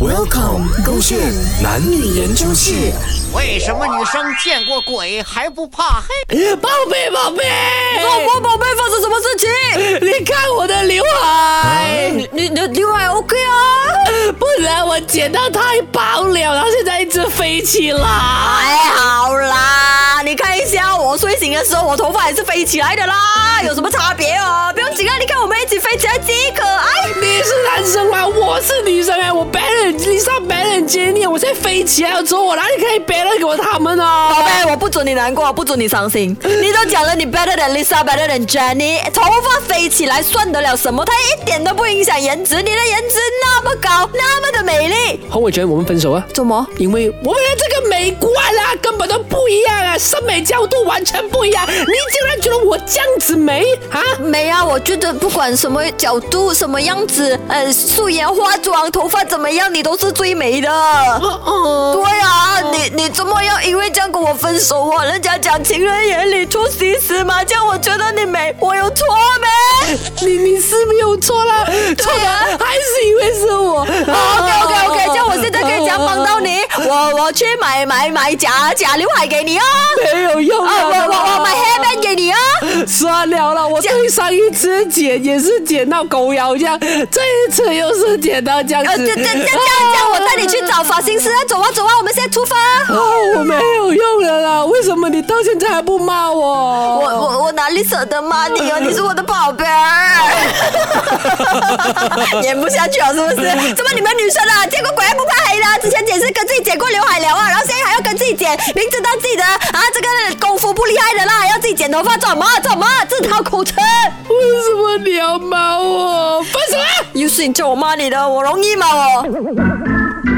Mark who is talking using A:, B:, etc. A: Welcome，勾线男女研究室。
B: 为什么女生见过鬼还不怕黑？
C: 宝贝，宝贝，
D: 老婆宝贝发生什么事情？
C: 你看我的刘海，
D: 你你的刘海 OK 啊？
C: 不然我剪到太薄了，然后现在一直飞起来。
D: 还哎好啦，你看一下，我睡醒的时候，我头发也是飞起来的啦，有什么差别哦？不用紧啊，你看我们一起飞起来几可爱。
C: 你是男生吗？我是女生哎，我白人，你上白人接你，啊我现在飞起来的时候，我哪里可以别人给我他们啊？
D: 宝贝，我不准你难过，不准你伤心。你都讲了，你 better than Lisa，better than Jenny，头发飞起来算得了什么？它一点都不影响颜值，你的颜值那么高，那么的美丽，
C: 洪伟全，我们分手啊！
D: 怎么？
C: 因为我们的这个美观啊，根本都不一样啊，审美角度完全不一样。你竟然觉得我这样子美啊？
D: 没啊，我觉得不管什么角度、什么样子，呃，素颜、化妆、头发怎么样，你都是最美的。
C: 哦、
D: 对啊，你你怎么要因为这样跟我分手啊？人家讲情人眼里出西施嘛，这样我觉得你美，我有错 没？
C: 你你是没有错啦，错的、
D: 啊
C: 还是因为是
D: 哦
C: 我。
D: OK OK OK，这样我现在可以怎样帮到你？我我去买买买假假刘海给你 啊！
C: 没有用
D: 啊，我我我买 hairband 给你啊！
C: 算了啦，我对上一次剪也是剪到狗咬这样，这一次又是剪到这样
D: 呃，
C: 子。
D: 这这这这样这样，我带你去找发型师啊！走啊走啊，我们现在出发啊！
C: 哦，我没有用了啦，为什么你到现在还不骂我？
D: 我
C: 我
D: 我我哪里舍得骂 你哦？你是我的宝贝儿， 演不下去了 是不是？怎么你们女生啊，见过鬼还不怕黑的？之前也是跟自己剪过刘海了啊，然后现在还要跟自己剪，明知道自己的啊这个功夫不厉害的啦，还要自己剪头发，怎么怎么自讨苦吃？
C: 为什么你要骂我？分手啊！
D: 又是你叫我骂你的，我容易吗我？